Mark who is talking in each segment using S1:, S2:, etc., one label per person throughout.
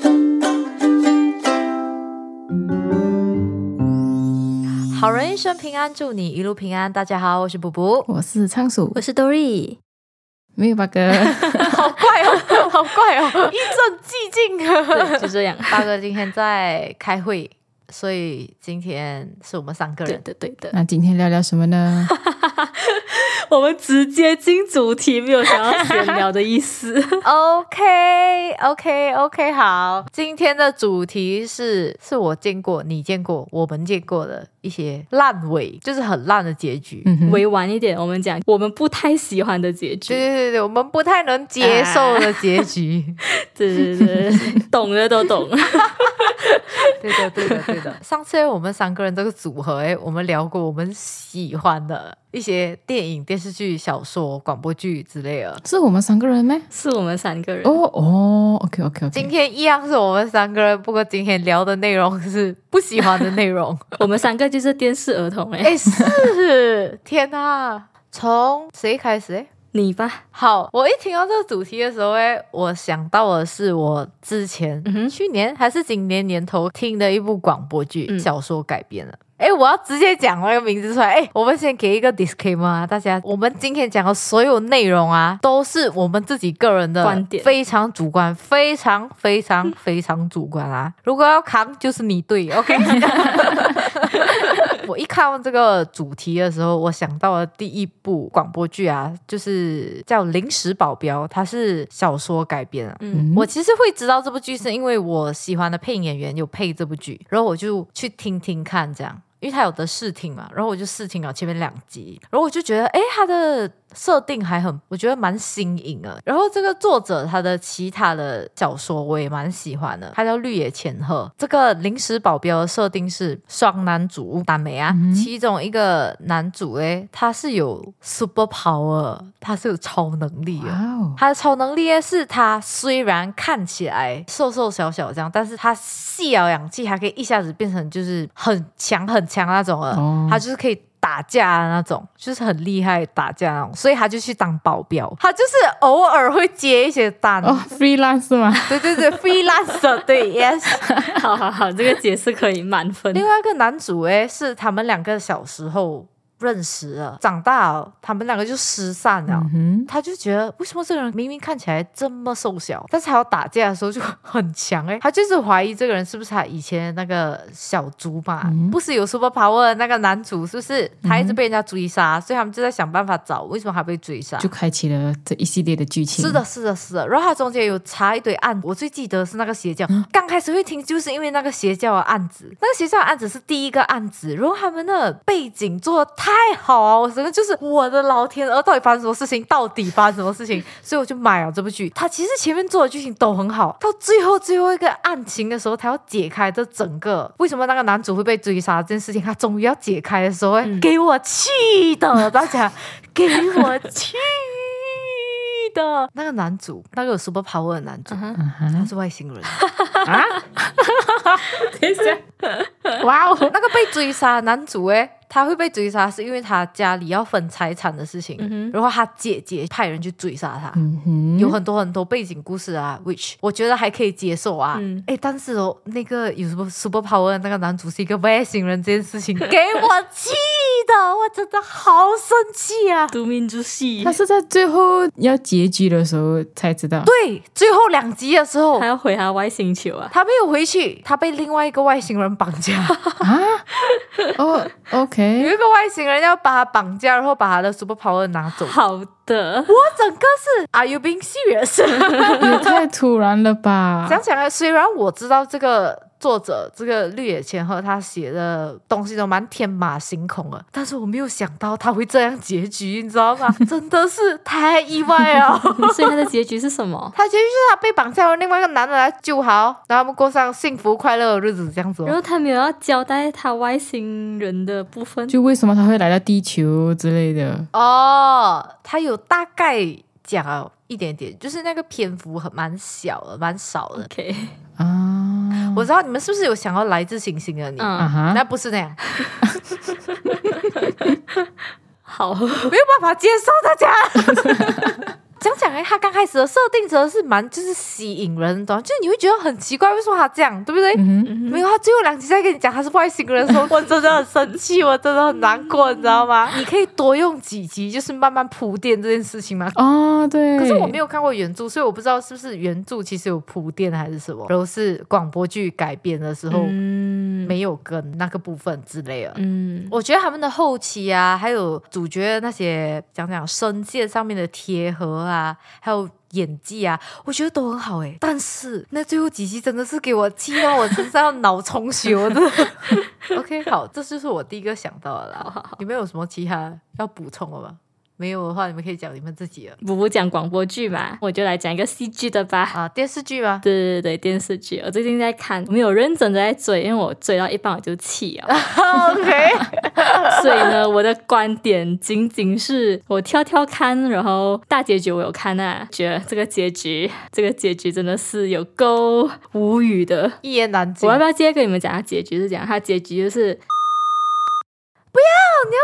S1: 嗯
S2: 好人一生平安，祝你一路平安。大家好，我是卜卜，
S3: 我是仓鼠
S1: 我，是 Dory，
S3: 没有 八哥，
S2: 好怪哦，好怪 哦，一阵寂静。。
S1: 对，就这样
S2: 八哥今天在开会，所以今天是我们三个
S1: 对
S2: 人。
S1: 的，对的，
S3: 那今天聊聊什 么呢？
S1: 我们直接进主题，没有想要闲聊的意 思。
S2: OK OK OK，好，今天的主题是是我见过、你见过、我们见过的一些烂尾，就是很烂的结局。
S3: 嗯哼，
S1: 委婉一点，我们讲我们不太喜欢的结
S2: 对
S1: 局，
S2: 对对对，我们不太能接受的结
S1: 啊
S2: 局。
S1: 对对对，对 懂的都懂。
S2: 对的，对的，对的。 上次我们三个人这个组合，哎，我们聊过我们喜欢的一些电影、电视剧、小说、广播剧之类的。
S3: 是我们三个人咩？
S1: 是我们三个人，
S3: 哦哦，OK OK
S2: 今
S3: OK，
S2: 天一样是我们三个人，不过今天聊的内容是不喜欢的内容。
S1: 我们三个就是电视儿童哎、
S2: 哎，是， 天哪！从谁开始？哎
S1: 你 吧，
S2: 好，我一听到这个主题的时候，哎，我想到的是我之前、
S1: 嗯哼
S2: 去年还是今年年头听的一部广播剧，
S1: 嗯
S2: 小说改编的。哎，我要直接讲那个名字出来。哎，我们先给一个 disclaimer 啊，大家，我们今天讲的所有内容啊，都是我们自己个人的
S1: 观点
S2: 非常主观，非常非常非常主观啊。如果要扛，就是你对，OK 。 我一看到这个主题的时候，我想到了第一部广播剧啊，就是叫《临时保镖》，它是小说改编啊。
S1: 嗯
S2: 我其实会知道这部剧，是因为我喜欢的配音演员有配这部剧，然后我就去听听看，这样，因为他有的试听嘛，然后我就试听了前面两集，然后我就觉得，诶，他的设定还很，我觉得蛮新颖的。然后这个作者他的其他的小说我也蛮喜欢的，他叫绿野千鹤。这个临时保镖的设定是双男主耽美啊，其中一个男主诶，他是有 super power，他是有超能力的。
S3: 哇哦，
S2: 他的超能力是，他虽然看起来瘦瘦小小这样，但是他吸咬氧气，还可以一下子变成就是很强很强那种了。
S3: 哦
S2: 他就是可以打架的那种，就是很厉害打架那种，所以他就去当保镖。他就是偶尔会接一些单，
S3: 哦，freelance 是吗？
S2: 对对对 ，freelancer，对，yes。
S1: 好好好，这个解释可以满分。
S2: 另外一个男主诶，是他们两个小时候认识了，长大了，他们两个就失散了。
S3: 嗯哼，
S2: 他就觉得为什么这个人明明看起来这么瘦小，但是他要打架的时候就 很强哎、他就是怀疑这个人是不是他以前那个小猪嘛，
S3: 嗯
S2: 不是有 super power 的那个男主是不是？他一直被人家追杀，所以他们就在想办法找为什么他被追杀
S3: 就。开启了这一系列的剧情。
S2: 是的，，是的，是的。然后他中间有查一堆案，我最记得是那个邪教。刚开始会听，就是因为那个邪教的案子，那个邪教的案子是第一个案子。然后他们的背景做的太好啊，我真的就是我的老天鹅，到底发生什么事情？到底发生什么事情？所以我就买了这部剧。它其实前面做的剧情都很好，到最后最后一个案情的时候，他要解开这整个为什么那个男主会被追杀这件事情，他终于要解开的时候，哎给我气的，大家给我气。的那个男主，那个有 super power 的男主，
S3: 嗯
S2: 他
S3: 哼，
S2: 是外星人。 啊
S1: 等一下，
S3: 哇哦，
S2: 那个被追杀的男主诶，他会被追杀是因为他家里要分财产的事情，然后他姐姐派人去追杀他。
S3: 嗯哼，
S2: 有很多很多背景故事啊，which 我觉得还可以接受啊。
S1: 嗯
S2: 哎、但是哦，那个有什么 super power 的那个男主是一个外星人这件事情，给 我气的，我真的好生气 啊！
S1: 读民族戏
S3: 他，是在最后要结局的时候才知道。
S2: 对，最后两集的时候
S1: 他，要回他外星球啊。
S2: 他没有回去，他被另外一个外星人绑架。
S3: 啊，哦 ，OK，
S2: 有一个外星人要把他绑架，然后把他的 super power 拿走。
S1: 好的，
S2: 我整个是 Are you being serious？
S3: 也太突然了吧
S2: 讲？起来，虽然我知道这个作者这个绿野千鹤他写的东西都蛮天马行空的，但是我没有想到他会这样结局，你知道 吗？真的是太意外 了。
S1: 所以他的结局是什么？
S2: 他结局就是他被绑架，然后另外一个男的来救他哦，然后他们过上幸福快乐的日子，这样子、
S1: 然
S2: 哦。
S1: 后他没有要交代他外星人的部分，
S3: 就为什么他会来到地球之类的？
S2: 哦，他有大概讲了一点点，就是那个篇幅很蛮小的，蛮少的。
S1: OK，
S3: 啊，
S2: 我知道你们是不是有想要来自星星的你？
S3: 啊
S1: 嗯，
S3: 哈，
S2: 那不是那样，
S1: 好，
S2: 没有办法接受大家。 讲讲哎，他刚开始的设定则是蛮就是吸引人的，就是你会觉得很奇怪，为什么他这样，对不对？
S3: 嗯哼，
S2: 没有，他最后两集再跟你讲他是外星人的时候， 我真的很生气，我真的很难过，你知道吗？你可以多用几集，就是慢慢铺垫这件事情嘛。
S3: 哦，对，
S2: 可是我没
S3: 有，
S2: 有看过原著，所以我不知道是不是原著其实有铺垫还是什么，然后是广播剧改编的时候、
S1: 嗯
S2: 没有跟那个部分之类的。
S1: 嗯
S2: 我觉得他们的后期啊，还有主角那些讲讲声线上面的贴合啊，还有演技啊，我觉得都很好诶。但是那最后几集真的是给我气到我真是要脑充血，我真的。OK，好，这就是我第一个想到的啦。你们有什么其他要补充的吗？没有的话，你们可以讲你们自己的
S1: 不不讲广播剧嘛，我就来讲一个戏剧的吧。
S2: 啊，电视剧吗？
S1: 对对对，电视剧我最近在看，没有认真的在追，因为我追到一半我就弃了。
S2: OK，
S1: 所以呢，我的观点仅仅是我挑挑看，然后大结局我有看啊，觉得这个结局，这个结局真的是有够无语的。
S2: 一言难尽。
S1: 我要不
S2: 要
S1: 要直接跟你们讲它结局是讲它结局就是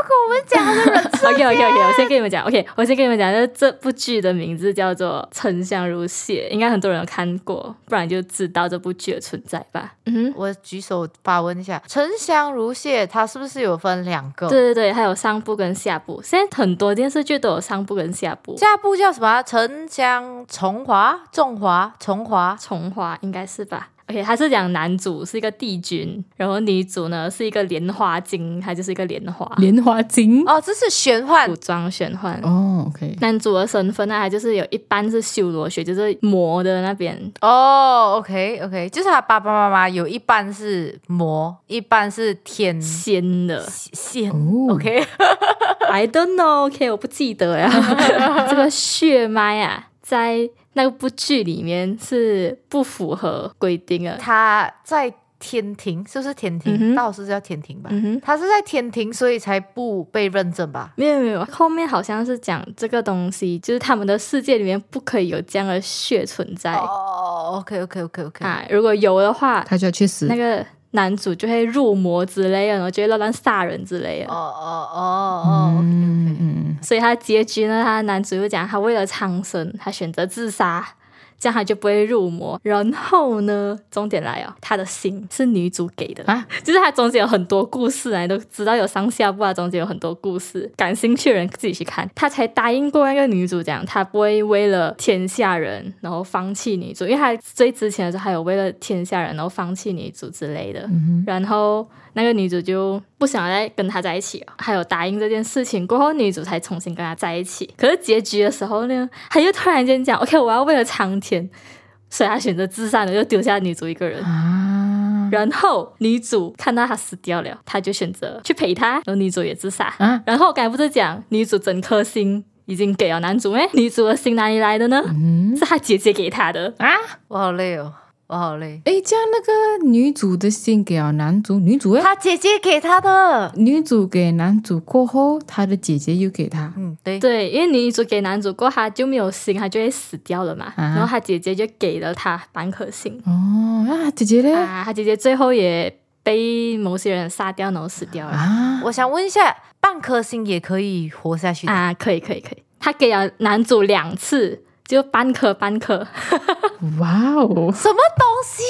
S2: 跟我们讲他的人
S1: OK OK OK，我先跟你们讲，OK，我先跟你们讲，就是这部剧的名字叫做《沉香如屑》，应该很多人有看过，不然就知道这部剧的存在吧。嗯，
S2: 我举手发问一下，沉香如屑，它是不是有分两个？
S1: 对对对，还有上部跟下部，现在很多电视剧都有上部跟下部。
S2: 下部叫什么啊？沉香重华、重华、重华。
S1: 重华应该是吧？OK，他是讲男主是一个帝君，然后女主呢是一个莲花精，她就是一个莲花，
S3: 莲花精，
S2: 哦，这是玄幻
S1: 古，装玄幻。
S3: 哦，OK，
S1: 男主的身份呢，他就是有一半是修罗学，就是魔的那边。
S2: 哦，OK OK，就是他爸爸妈妈有一半是魔，一半是天
S1: 仙的
S2: 仙。
S3: 哦
S2: OK，
S1: ，I don't know，OK，、我不记得 呀。这个血脉啊，在那部剧里面是不符合规定啊的。
S2: 他在天庭，是不是天
S1: 嗯
S2: 庭？
S1: 哼
S2: 道士叫天庭吧？
S1: 嗯哼，
S2: 他是在天庭，所以才不被认证吧？
S1: 没有没有，后面好像是讲这个东西，就是他们的世界里面不可以有这样的血存在、
S2: 哦，OK OK OK OK，
S1: 啊，如果有的话，
S3: 他就要去死，
S1: 那个男主就会入魔之类的，然后就会乱乱杀人之类的。
S2: 哦哦哦哦
S3: 嗯
S2: ，OK OK，
S3: 嗯
S1: 所以他的结局呢，他男主就讲他为了苍生，他选择自杀。这样他就不会入魔。然后呢，重点来哦，他的心是女主给的
S3: 啊，
S1: 就是他中间有很多故事啊，你都知道有上下部啊，中间有很多故事，感兴趣的人自己去看。他才答应过那个女主讲，他不会为了天下人然后放弃女主，因为他最之前的时候还有为了天下人然后放弃女主之类的。
S3: 嗯
S1: 然后那个女主就不想再跟他在一起了，还有答应这件事情过后，女主才重新跟他在一起。可是结局的时候呢，他又突然间讲：“OK，我要为了苍天。”所以他选择自杀了，就丢下女主一个人
S3: 哼，。啊
S1: 然后女主看到他死掉了，他就选择去陪他，然后女主也自杀。
S3: 啊，
S1: 然后我刚才不是讲女主整颗心已经给了男主诶，女主的心哪里来的呢？
S3: 嗯
S1: 是她姐姐给她的。
S3: 啊，
S2: 我好累哦，我好累。
S3: 诶，哎这样那个女主的信给了男主，女主诶
S2: 他姐姐给他的，
S3: 女主给男主过后，他的姐姐又给他，
S2: 嗯，对，
S1: 对，因为女主给男主过，他就没有心，他就会死掉了嘛。
S3: 啊
S1: 然后他姐姐就给了他半颗心
S3: 哦，啊，姐姐嘞，
S1: 啊，他姐姐最后也被某些人杀掉，然后死掉了
S3: 啊，
S2: 我想问一下，半颗星也可以活下去的
S1: 啊，可以可以可以，他给了男主两次，就半颗半颗，
S3: 哇哦，
S2: 什么东西？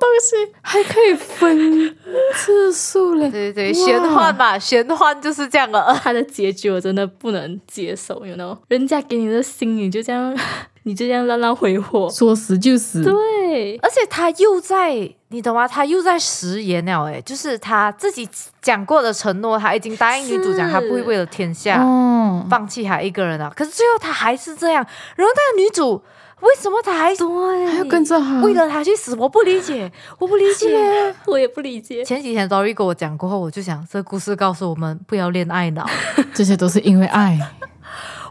S3: 东西还可以分次数嘞，
S2: 对对对，
S3: 哇
S2: 玄幻嘛，玄幻就是这样啊了。
S1: 他的结局我真的不能接受，you know，人家给你的心，你就这样， 你就这样乱乱挥霍，
S3: 说死就死，
S1: 对，
S2: 而且他又在，你懂吗？他又在食言了，哎，就是他自己讲过的承诺，他已经答应女主讲，
S1: 是
S2: 他不会为了天下、
S3: 哦，
S2: 放弃她一个人啊。可是最后他还是这样，然后那个女主为什么她还
S3: 还要
S2: 对
S3: 跟着他，
S2: 为了他去死？我不理解，我不理解。
S1: 我也不理解。
S2: 前几天 Dory 跟我讲过后，我就想，这故事告诉我们不要恋爱脑。
S3: 这些都是因为爱，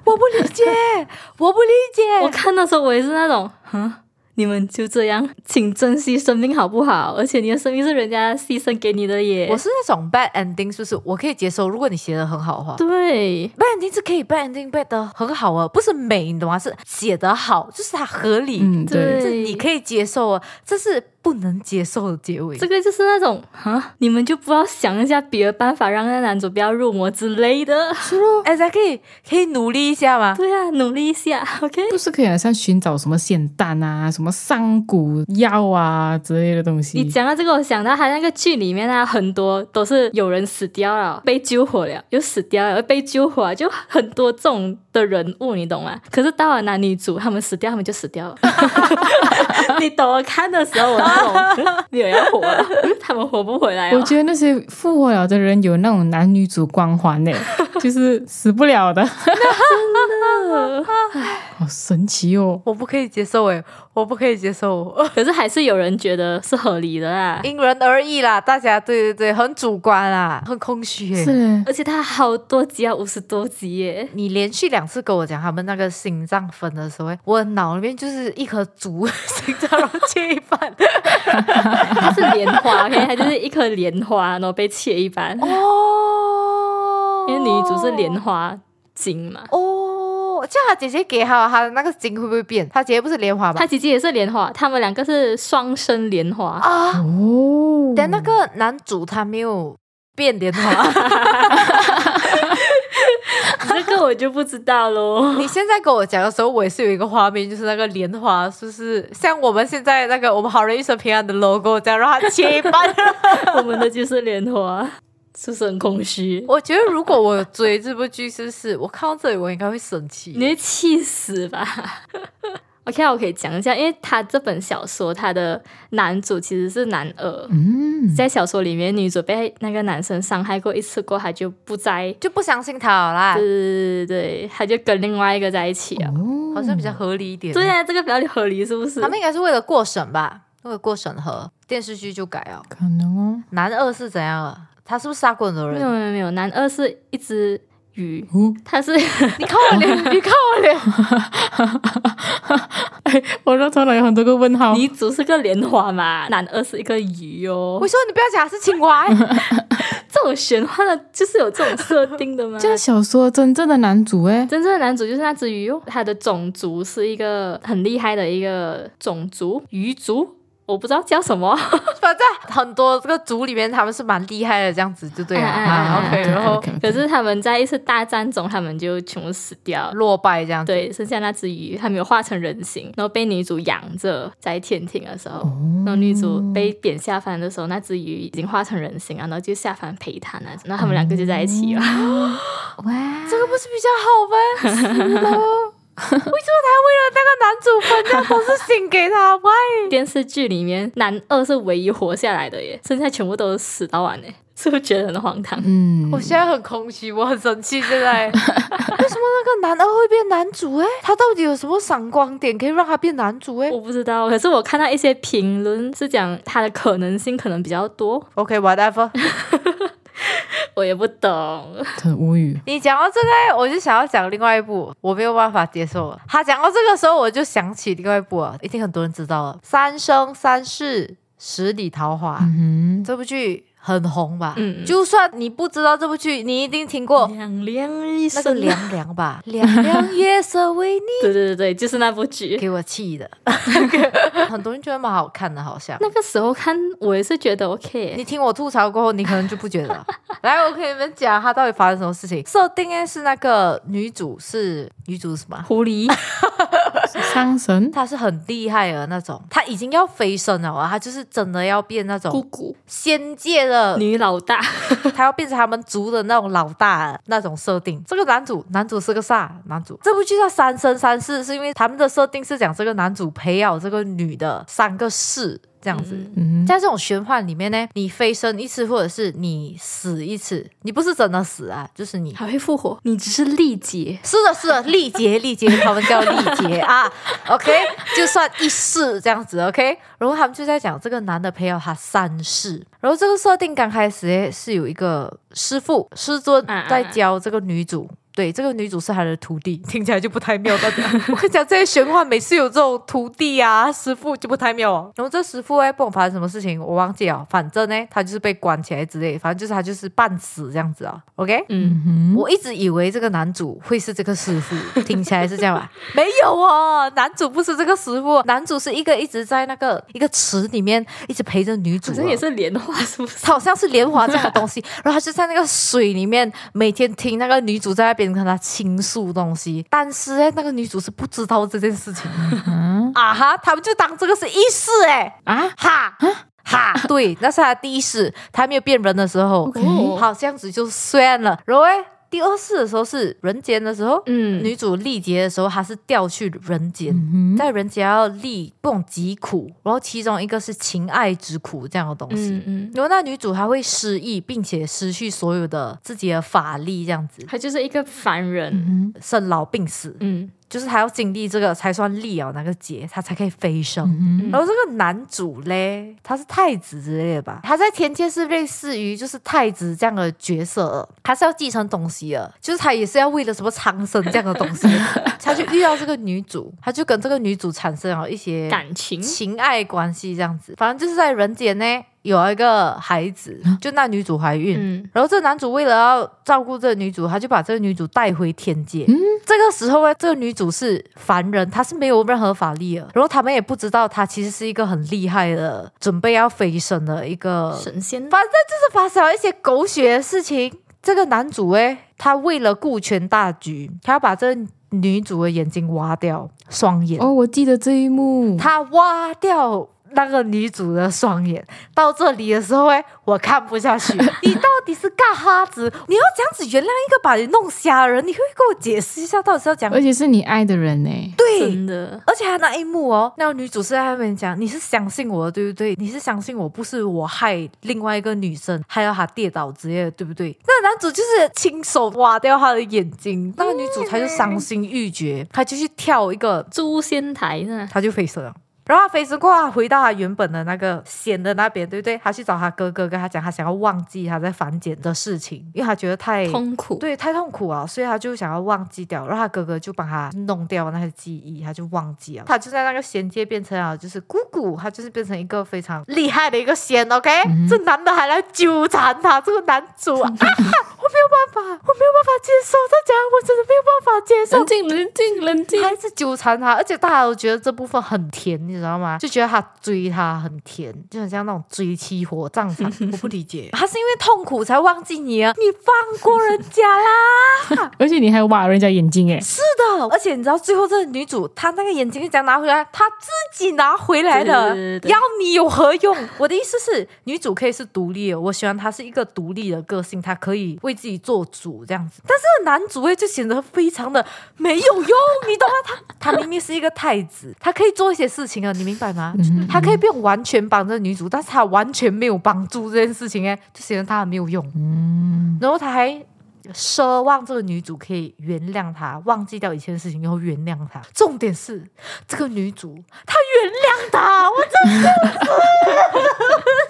S2: 我不理 解，我不理解。
S1: 我看的时候，我也是那种，哼，你们就这样，请珍惜生命好不好？而且你的生命是人家牺牲给你的耶。
S2: 我是那种 bad ending，就是我可以接受，如果你写的很好的话。
S1: 对，
S2: bad ending 是可以 bad ending bad 的很好啊，不是美，你懂吗？是写得好，就是它合理，
S3: 嗯，
S1: 对
S2: 这
S3: 对，
S2: 你可以接受啊。这是不不能接受的结尾。
S1: 这个就是那种啊，你们就不要想一下别的办法让那男主不要入魔之类的。
S2: 哎，咱可以可以努力一下吗？
S1: 对啊，努力一下，OK。
S3: 不是可以好像寻找什么仙丹啊、什么上古药啊之类的东西？
S1: 你讲到这个，我想到他那个剧里面啊，很多都是有人死掉了，被救活了，又死掉了，又被救活了，就很多这种的人物，你懂吗？可是到了男女主他们死掉，他们就 死掉了。你懂？我看的时候我懂，你有要活了， 他们活不回来、哦。
S3: 我觉得那些复活了的人有那种男女主光环 呢、就是死不了的， 好神奇哦！
S2: 我不可以接受哎，我不可以接受，
S1: 可是还是有人觉得是合理的啦。
S2: 因人而异啦，大家对对对，很主观啦，很空虚哎。
S3: 是
S1: 而且他好多集啊，五十多集耶。
S2: 你连续两次跟我讲他们那个心脏分的时候，我脑里面就是一颗竹，心脏 然后切一半。
S1: 它是莲花，OK，它就是一颗莲花，然后被切一半，
S2: 哦
S1: 因为女主是莲花精嘛。
S2: 哦，这样他姐姐给他他的那个金会不会变？他姐姐不是莲花吗
S1: 她？姐姐也是莲花，他们两个是双生莲花。
S2: 啊，
S1: 嗯
S3: 哦，
S2: 但那个男主他没有变莲花。
S1: 这个我就不知道喽。
S2: 你现在跟我讲的时候，我也是有一个画面，就是那个莲花，就是像我们现在那个我们好人一生平安的 logo 这样，让它切一半。
S1: 我们的就是莲花，是不是很空虚？
S2: 我觉得如果我有追这部剧，是不是我看到这里我应该会生
S1: 你
S2: 气？
S1: 会气死吧 ？OK，我可以讲一下，因为他这本小说，他的男主其实是男二。
S3: 嗯，
S1: 在小说里面，女主被那个男生伤害过一次过，她就不再，
S2: 就不相信他了啦
S1: 对，对对对，她就跟另外一个在一起了。
S3: 哦
S2: 好像比较合理一点。
S1: 对啊，这个比较合理，是不是
S2: 他？们应该是为了过审吧，为了过审核，电视剧就改哦。
S3: 可能哦。
S2: 男二是怎样啊？他是不是杀过很多
S1: 没
S2: 人
S1: 有？没有没有，男二是一只鱼，
S3: 哦，
S1: 他是
S2: 你看我脸， 你看我脸，
S3: 我的头脑有很多个问号。
S1: 女主是个莲花嘛， 男二是一个鱼哦
S2: 我。说你不要讲他是青 蛙、
S1: 这种玄幻的，就是有这种设定 的吗？
S3: 这小说真正的男主哎，
S1: 真正的男主就是那只鱼哦，他的种族是一个很厉害的一个种族，鱼族，我不知道叫什 么。
S2: 反正很多这个组里面他们是蛮厉害的，这样子就对了。
S1: 哎哎
S2: 啊
S1: 哎
S2: OK，然后
S3: OK，OK
S1: 可是他们在一次大战中，他们就全部死掉了。
S2: 落败这样子。
S1: 对，剩下那只鱼还没有化成人形，然后被女主养着，在天庭的时候，然后女主被贬下凡的时候，那只鱼已经化成人形了，然后就下凡陪她那种，然后他们两个就在一起了。
S3: 哇，
S2: 这个不是比较好吗？死了，为什么他为 了那个男主 分掉都是心给他喂？
S1: 电视剧里面男二是唯一活下来的耶，剩下全部都死到完耶， 是不是觉得很荒唐？
S3: 嗯
S2: 我，现在很空虚，我很生气。现 在为什么那个男二会变男主、欸？他到底有什么闪光点可以让他变男主、欸？
S1: 我不知道，可是我看到一些评论是讲他的可能性可能比较多，
S2: OK，whatever、
S1: 我也不懂。
S3: 很无语。
S2: 你讲到这个欸，我就想要讲另外一部，我没有办法接受了。他讲到这个时候，我就想起另外一部了，一定很多人知道了，《三生三世十里桃花》
S3: 嗯
S2: 这部剧很红吧？
S1: 嗯
S2: 就算你不知道这部剧，你一定听过
S1: 凉凉一
S2: 那个
S1: 身凉，
S2: 凉凉吧？嗯 凉凉夜色为你，
S1: 对对对对，就是那部剧。
S2: 给我气的， 很多人觉得蛮好看的，好像。
S1: 那个时候看我也是觉得 OK，耶
S2: 你听我吐槽过后，你可能就不觉得 了。来，我给你们讲他到底发生什么事情。设定呢是那个女主是女主是什么？
S1: 狐 狸
S3: 哼，伤神
S2: 她是很厉害的那种，她已经要飞升了啊！她就是真的要变那
S1: 姑
S2: 种
S1: 姑
S2: 仙界的
S1: 女老大，
S2: 他要变成他们族的那种老大那种设定。这个男主，男主是个啥？男主这部剧叫《三生三世》，是因为他们的设定是讲这个男主培养这个女的三个世这样子。
S3: 嗯
S2: 在这种玄幻里面呢，你飞升一次，或者是你死一次，你不是真的死啊，就是你
S1: 还会复活，你只是历劫。
S2: 是的，是的，历劫，历劫，他们叫历劫啊。OK，就算一世这样子，OK。然后他们就在讲这个男的培养他三世，然后这个设定刚开始诶是有一个师傅师尊
S1: 啊啊啊
S2: 在教这个女主。对，这个女主是他的徒弟，听起来就不太妙。大家，我跟你讲，这些玄幻每次有这种徒弟啊、师傅就不太妙哦。然后这师傅哎，不管发生什么事情，我忘记了，反正呢，他就是被关起来之类，反正就是他就是半死这样子啊。OK，
S1: 嗯，
S3: 嗯，
S2: 我一直以为这个男主会是这个师 傅，听起来是这样吧？没有哦，男主不是这个师傅，男主是一个一直在那个一个池里面一直陪着女主
S1: 好
S2: 的，
S1: 像也是莲花，是不是？
S2: 它好像是莲花这样的东西， 然后他就在那个水里面每天听那个女主在那边跟他倾诉东西，但是哎，那个女主是不知道这件事 情的
S3: 啊
S2: 啊哈，他们就当这个是意识哎
S3: 啊，
S2: 哈。哈，对，那是他的第一世，他还没有变人的时候
S3: OK
S1: 哦
S2: 好，这样子就算了。然后哎，第二世的时候是人间的时候，
S1: 嗯，
S2: 女主历劫的时候，她是调去人间，
S3: 嗯哼
S2: 在人间要历不种疾苦，然后其中一个是情爱之苦这样的东西。
S1: 嗯嗯，
S2: 然后那女主还会失忆，并且失去所有的自己的法力，这样子
S1: 她就是一个凡人。
S3: 嗯
S2: 生老病死，
S1: 嗯
S2: 就是她要经历这个才算立了那个劫，她才可以飞升。
S1: 嗯
S3: 哼
S2: 然后这个男主嘞，他是太子之类的吧？他在天界是类似于就是太子这样的角色，他是要继承东西的，就是他也是要为了什么长生这样的 东西，他就遇到这个女主，他就跟这个女主产生了一些
S1: 感情
S2: 情爱关系这样子，反正就是在人间呢有一个孩子，就那女主怀孕。
S1: 嗯
S2: 然后这男主为了要照顾这个女主，他就把这个女主带回天界。
S3: 嗯
S2: 这个时候呢，这个女主是凡人，她是没有任何法力的。然后他们也不知道她其实是一个很厉害的，准备要飞升的一个。就是
S1: 神仙
S2: 发生了一些狗血的事情。这个男主诶，他为了顾全大局，他要把这个女主的眼睛挖掉，双眼。
S3: 哦，我记得这一幕，
S2: 他挖掉那个女主的双眼。到这里的时候，哎，我看不下 去，你到底是干哈子？ 你要这样子原谅一个把你弄瞎的人，你可不可以给我解释一下到底是要讲
S3: 而且是你爱的人呢，
S2: 对。
S1: 真的，
S2: 而且他那一幕哦，那个女主是在那边讲，你是相信我的，对不对？你是相信我，不是我害另外一个女生，害到她跌倒之类的，对不对？那男主就是亲手挖掉她的眼睛，那个女主她就伤心欲绝，她就去跳一个
S1: 诛仙台呢？
S2: 他就飞升了。然后他飞升过后，他回到他原本的那个仙的那边，对不对？他去找他哥哥，跟他讲他想要忘记他在凡间的事情，因为他觉得太
S1: 痛苦，
S2: 对太痛苦了，啊所以他就想要忘记掉。然后他哥哥就帮他弄掉那些记忆，他就忘记了。他就在那个仙界变成了就是姑姑，他就是变成一个非常厉害的一个仙。OK，、这
S1: 嗯
S2: 男的还来纠缠他，这个男 主啊，啊我没有办法，我没有办法接受，大家我真的没有办法接受
S1: 冷。静冷静冷静，
S2: 还是纠缠他，而且大家都觉得这部分很甜，你知道吗？就觉得他追他很甜，就很像那种追妻火葬场。 我不理解，他是因为痛苦才忘记你啊，你放过人家啦。
S3: 而且你还挖人家眼 睛哎，
S2: 是的，而且你知道最后这个女主她那个眼睛是怎样拿回来？她自己拿回来的，
S1: 对对对对
S2: 要你有何用？我的意思是，女主可以是独立的，我喜欢她是一个独立的个性，她可以为自己做主这样子。但是这个男主位就显得非常的没有用，你懂吗？ 他他明明是一个太子，他可以做一些事情啊，你明白吗？
S1: 嗯
S2: 他可以不用完全帮这个女主，但是他完全没有帮助这件事情，哎，就显得他很没有用。
S1: 嗯
S2: 然后他还奢望这个女主可以原谅他，忘记掉以前的事情，然后原谅他。重点是这个女主她原谅他，我真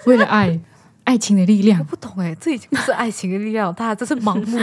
S3: 为了爱，爱情的力量
S2: 不懂哎，这已经不是爱情的力量，大家真是盲 目。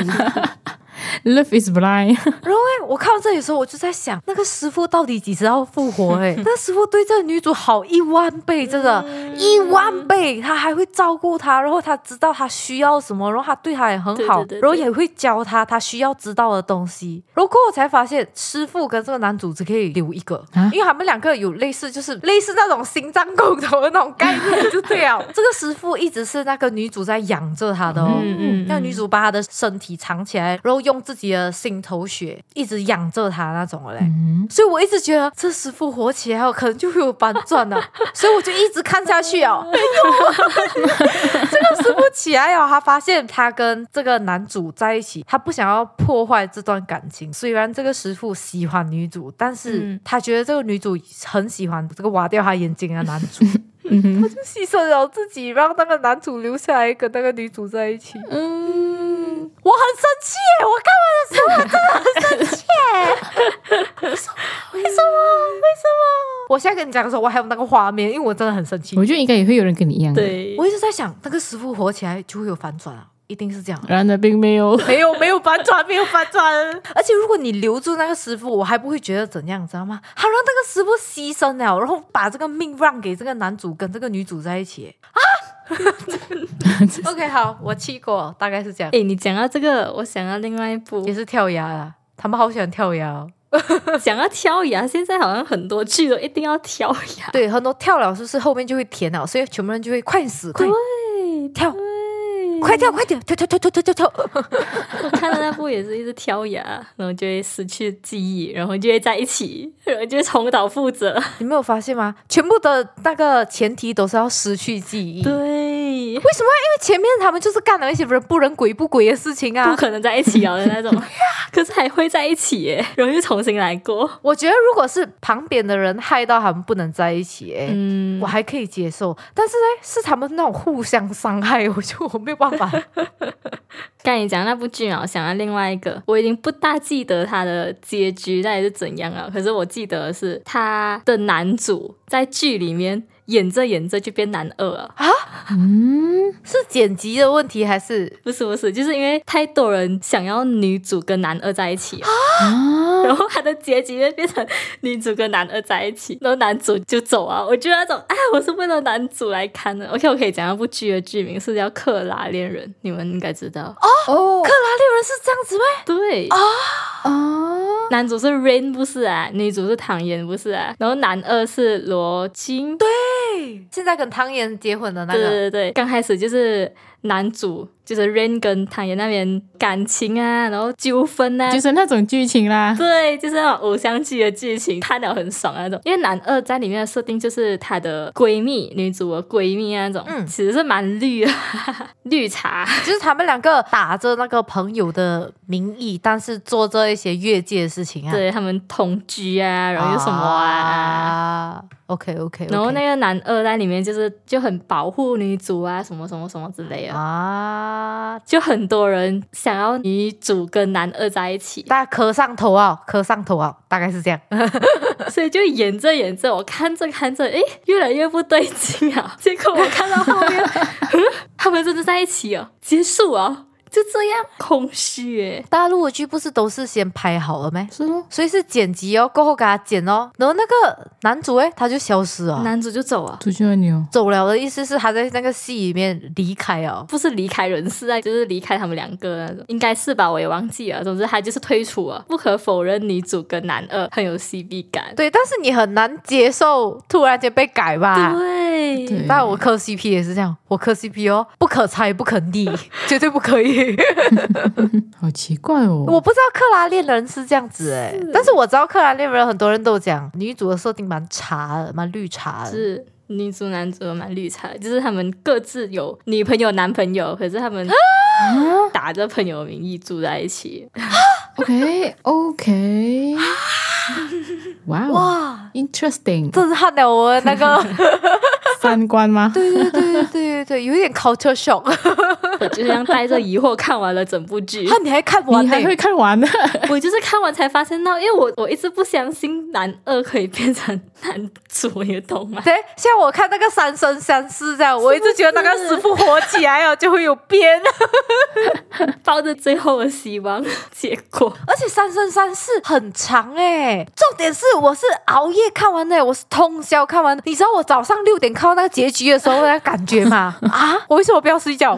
S3: ，Love is blind，
S2: 然后哎，我看到这里的时候，我就在想，那个师傅到底几时要复活？ 哎，那个师傅对这个女主好一万倍，真的，一万倍，他还会照顾她，然后他知道她需要什么，然后他对她也很好，
S1: 对对对对
S2: 然后也会教她她需要知道的东西。然后过后我才发现，师傅跟这个男主只可以留一个，
S3: 啊
S2: 因为他们两个有类似，就是类似那种心脏共同的那种概念，就对 了。这个师傅一直是那个女主在养着他的哦。
S1: 嗯嗯
S2: 那女主把她的身体藏起来，然后用自己的心头血一直养着她那种的嘞。
S3: 嗯，
S2: 所以我一直觉得这师傅火起来后，哦可能就会有反转 了，所以我就一直看下去哦。没有啊，这个师傅起来哦，他发现他跟这个男主在一起，他不想要破坏这段感情。虽然这个师傅喜欢女主，但是
S1: 嗯
S2: 他觉得这个女主很喜欢这个挖掉他眼睛的男主，
S3: 嗯哼
S2: 他就牺牲了自己，让那个男主留下来跟那个女主在一起。
S1: 嗯，
S2: 我很生气耶！我看完的时候，我真的很生气耶！为什么？为什么？为什么？我现在跟你讲的时候，我还有那个画面，因为我真的很生气
S3: 我。觉得应该也会有人跟你一样，，
S1: 对
S2: 我，一直在想，那个师傅火起来就会有反转啊！一定是这样。
S3: 然而并没有。
S2: 没有没有反转，没有反转。而且如果你留住那个师傅，我还不会觉得怎样，你知道吗？他让那个师傅牺牲了，然后把这个命让给这个男主跟这个女主在一起啊。OK，好，我去过，大概是这样，
S1: 诶，你讲到这个，我想到另外一部
S2: 也，是跳崖啦。他们好喜欢跳崖、哦，
S1: 讲到跳崖，现在好像很多剧都一定要跳崖，
S2: 对，很多跳了是不是后面就会甜了，所以全部人就会快死，快
S1: 对，
S2: 跳，
S1: 对
S2: 快跳，快点，跳跳跳跳跳跳跳。
S1: 我看到那部也是一直跳崖，然后就会失去记忆，然后就会在一起，然后就会重蹈覆辙。
S2: 你没有发现吗？全部的那个前提都是要失去记忆。
S1: 对，
S2: 为什么？因为前面他们就是干了一些人不人鬼不鬼的事情
S1: 不
S2: 啊。
S1: 可能在一起了的 那种，可是还会在一起耶，然后又重新来过。
S2: 我觉得如果是旁边的人害到他们不能在一起、哎、
S1: 嗯
S2: 我，还可以接受。但是呢，是他们那种互相伤害，我就我没有办 法。
S1: 刚才你讲那部剧啊，我想到另外一个，我已经不大记得它的结局到底是怎样了。可是我记得的是他的男主在剧里面演着演着就变男二了。
S3: 嗯，
S2: 是剪辑的问题还是？
S1: 不是不是，就是因为太多人想要女主跟男二在一起了， 然后他的结局就变成女主跟男二在一起，然后男主就走啊。我觉得那种，哎，我是为了男主来看的。OK，我可以讲那部剧的剧名是叫《克拉恋人》，你们应该知道。哦，
S3: 哦
S2: 克拉猎人是这样子吗？
S1: 对，
S3: 啊，
S1: 男主是 Rain 不是啊，女主是唐嫣不是啊，然后男二是罗京。对
S2: 对，现在跟汤圆结婚的那
S1: 对
S2: 个，
S1: 对对，刚开始就是男主就是 Rain 跟唐嫣那边感情啊，然后纠纷啊，
S3: 就是那种剧情啦。
S1: 对，就是那种偶像剧的剧情，看了很爽啊那种。因为男二在里面的设定就是她的闺蜜，女主的闺蜜啊那种，
S2: 嗯哎
S1: 其实是蛮绿的， 绿茶。
S2: 就是他们两个打着那个朋友的名义，但是做这一些越界的事情啊。，
S1: 对他们同居啊，然后有什么啊？
S2: ？OK OK，,
S1: 然后那个男二在里面就是就很保护女主啊，什么什么什么之类的，
S2: 啊，
S1: 就很多人想要女主跟男二在一起，
S2: 大家磕上头啊，磕上头啊，大概是这样。
S1: 所以就演着演着，我看着看着，诶，越来越不对劲啊！结果我看到后 面，嗯他们真的在一起哦，结束啊，就这样空虚诶。
S2: 大陆的剧不是都是先拍好了没？
S3: 是咯，
S2: 所以是剪辑哦，过后给他剪哦，然后那个男主诶，他就消失了，
S1: 男主就走啊，
S3: 出去了你哦。
S2: 走了的意思是他在那个戏里面离开哦。
S1: 不是离开人世啊，就是离开他们两个那种，应该是吧？我也忘记了。总之他就是退出了。不可否认，女主跟男二很有 CP 感。
S2: 对，但是你很难接受突然间被改吧？
S1: 对啊
S3: 对
S2: 但我磕 CP 也是这样，我磕 CP 哦，不可拆不可 逆，绝对不可以。
S3: 好奇怪哦。
S2: 我不知道克拉恋人是这样子哎、但是我知道克拉恋人很多人都讲女主的设定蛮茶的，蛮绿茶的。
S1: 是女主男主蛮绿茶的，就是他们各自有女朋友、男朋友，可是他们打着朋友的名义住在一起。
S3: OK OK，哇哦
S2: 哇，
S3: ，interesting，
S2: 震撼了我的那个，
S3: 三观吗？
S2: 对对对对对对，有一点 culture shock。
S1: 我就这样带着疑惑看完了整部剧
S2: 那。你还看完
S3: 你
S2: 呢、
S3: 还会看完 的？
S1: 我就是看完才发现到，因为我我一直不相信男二可以变成男主，你懂 吗？
S2: 对，像我看那个三生三世这样，我一直觉得那个师傅火起来了就会有变。
S1: 抱着最后的希望，结果
S2: 而且三生三世很长哎、重点是我是熬夜看完的、我是通宵看完的。你知道我早上六点看到那个结局的时候那个感觉吗？啊，我为什么不要睡觉？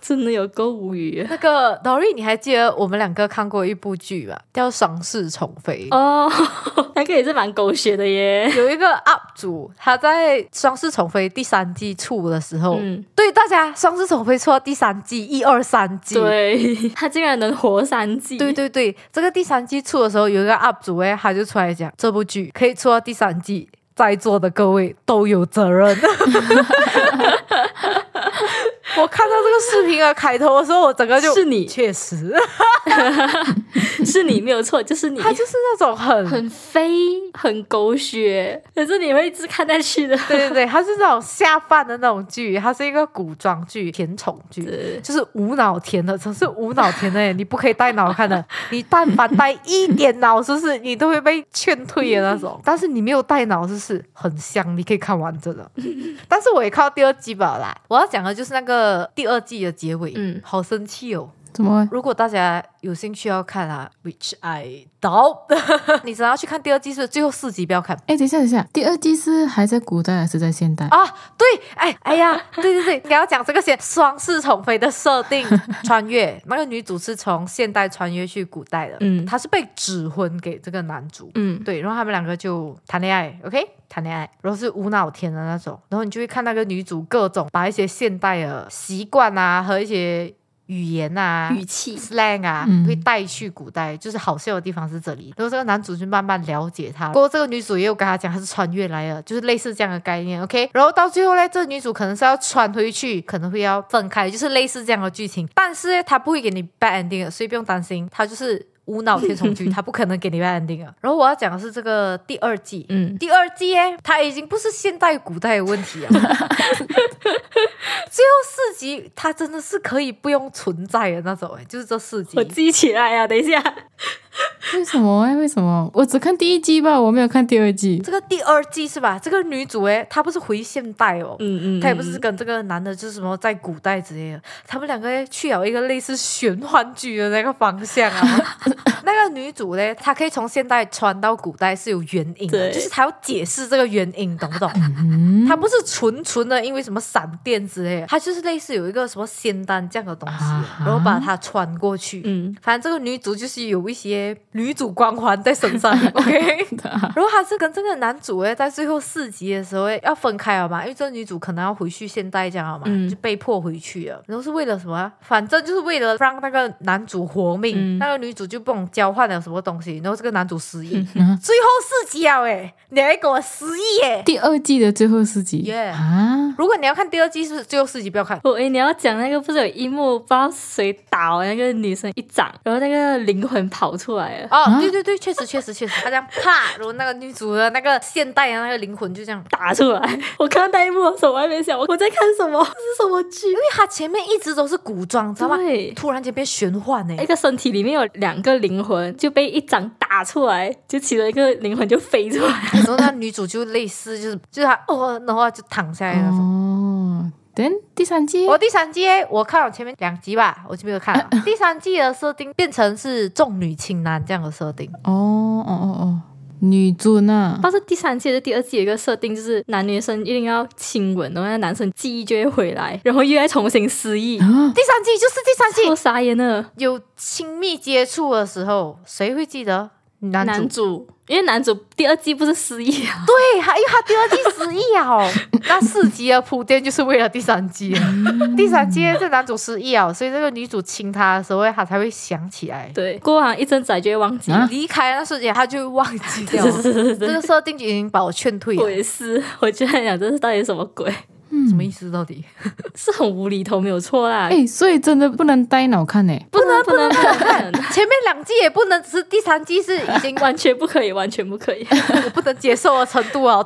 S1: 真的有够无语
S2: 那个 Dory，你还记得我们两个看过一部剧吧？叫《爽事宠妃》。
S1: 哦。那个也是蛮狗血的耶。
S2: 有一个 UP 主，他在《双世宠妃》第三季出的时候，
S1: 嗯，
S2: 对大家，《双世宠妃》出到第三季，一二三季，
S1: 对，他竟然能活三季，
S2: 对对对，这个第三季出的时候，有一个 UP 主哎，他就出来讲这部剧可以出到第三季，在座的各位都有责任。 我看到这个视频的开头的时候，我整个就是
S1: 你
S2: 确实，
S1: 是你没有错，就是你。
S2: 他就是那种很
S1: 很飞，很狗血，可是你会一直看下去的。
S2: 对对对，它是那种下饭的那种剧，它是一个古装剧、甜宠剧，
S1: 对
S2: 就是无脑甜的，只是无脑甜的耶，你不可以带脑看的，你但凡带一点脑，就是你都会被劝退的那 种。但是你没有带脑， 就是很香，你可以看完整的。但是我也看到第二季吧啦。我要讲的就是那个了第二季的结尾，
S1: 嗯
S2: 好生气哦。
S3: 怎么会？
S2: 如果大家有兴趣要看啊，which I doubt，你只 要去看第二季是最后四集，不要看
S3: 哎，等一下，等一下，第二季是还在古代还是在现代？
S2: 啊。对，哎哎呀，对对对，应该要讲这个先双世重飞的设定穿越，那个女主是从现代穿越去古代的，
S1: 嗯
S2: 她是被指婚给这个男主，
S1: 嗯，
S2: 对，然后他们两个就谈恋爱，OK，谈恋爱，然后是无脑甜的那种，然后你就会看那个女主各种把一些现代的习惯啊和一些语言啊。
S1: 语气
S2: slang 啊，
S3: 嗯
S2: 会带去古代，就是好笑的地方是这里。然后这个男主就慢慢了解她，不过这个女主也有跟他讲她是穿越来的，就是类似这样的概念，OK。然后到最后呢，这个女主可能是要穿回去，可能会要分开，就是类似这样的剧情。但是呢她不会给你 bad ending，的所以不用担心，她就是。无脑填充剧，她不可能给你 bad ending 啊。然后我要讲的是这个第二季，
S1: 嗯
S2: 第二季耶，它已经不是现代古代的问 题啊。最后四集，它真的是可以不用存在的那种哎，就是这四集
S1: 我。记起来呀、等一下，
S3: 为什么？哎，为什么？我只看第一季吧，我没有看第二季。
S2: 这个第二季是吧？这个女主哎，她不是回现代哦，
S1: 嗯嗯，
S2: 她也不是跟这个男的，就是什么在古代之类的，他们两个诶去了一个类似玄幻剧的那个方向 啊。那个女主呢，她可以从现代穿到古代是有原因的，
S1: 对
S2: 就是她要解释这个原因，懂不懂？
S3: 嗯
S2: 它不是纯纯的因为什么闪电之类的，它就是类似有一个什么仙丹这样的东西，
S3: 啊哈
S2: 然后把它穿过去。
S1: 嗯
S2: 反正这个女主就是有一些女主光环在身 上，OK。然
S1: 啊
S2: 后她是跟这个男主诶，在最后四集的时候诶要分开了嘛，因为这个女主可能要回去现代这样了嘛，
S1: 嗯
S2: 就被迫回去了。然后是为了什么啊？反正就是为了让那个男主活命，
S1: 嗯
S2: 那个女主就不懂交换了什么东西，然后这个男主失 忆。
S1: 嗯
S3: 啊
S2: 最后四集了诶，你还给我失忆诶！
S3: 第二季的最后四集
S2: Yeah
S3: 啊，
S2: 如果你要看第二季，是不是最后四集不要看？
S1: 我哦诶，你要讲那个不是有一幕不知道谁倒那个女生一掌，然后那个灵魂跑出来了，
S2: 哦，对对对，确实确实确实，他这样啪，然后那个女主的那个现代的那个灵魂就这样。
S1: 打出来。 我看到那一幕的时候，我还没想我我在看什么，这是什么剧
S2: 因？为他前面一直都是古装，知道吗？
S1: 对，哎
S2: 突然间变玄幻欸呢、
S1: 一个身体里面有两个灵魂，就被一掌打出来，就其中一个灵魂就飞出来。
S2: 然后那女主就类似就是就是她哦，然后她就躺下来那种。
S3: 哦，等第三季哦
S2: 我第三季我看了前面两集吧，我就没有 看了。第三季的设定变成是重女轻男这样的设定，
S3: 哦哦哦哦，女主呢？
S1: 但是第三季还是第二季有一个设定，就是男女生一定要亲吻，然后那男生记忆就会回来，然后又要重新 失忆。
S3: 啊，
S2: 第三季就是第三
S1: 我
S2: 季
S1: 傻眼啊了，
S2: 有亲密接触的时候，谁会记得？男主
S1: 男主，因为男主第二季不是失忆啊，
S2: 对，还因为他第二季失忆 哦，那四集的铺垫就是为了第三季。
S1: 嗯
S2: 第三季这男主失忆哦，所以这个女主亲他的时候，他才会想起来。
S1: 对，过完一阵子就会忘记。
S3: 啊
S2: 离开那瞬间，他就会忘记掉
S1: 对。对对
S2: 这
S1: 对
S2: 个啊设定已经把我劝退
S1: 对，我
S2: 了，
S1: 也是，我就在想这是到底是什么鬼，
S2: 什么意思？到底
S1: 是很无厘头，没有错啦。
S3: 哎，所以真的不能呆脑看诶。
S1: 不能不能不能，不能
S2: 前面两季也不能，只是第三季是已经
S1: 完全不可以，完全不可以。
S2: 我不能接受的程度 哦。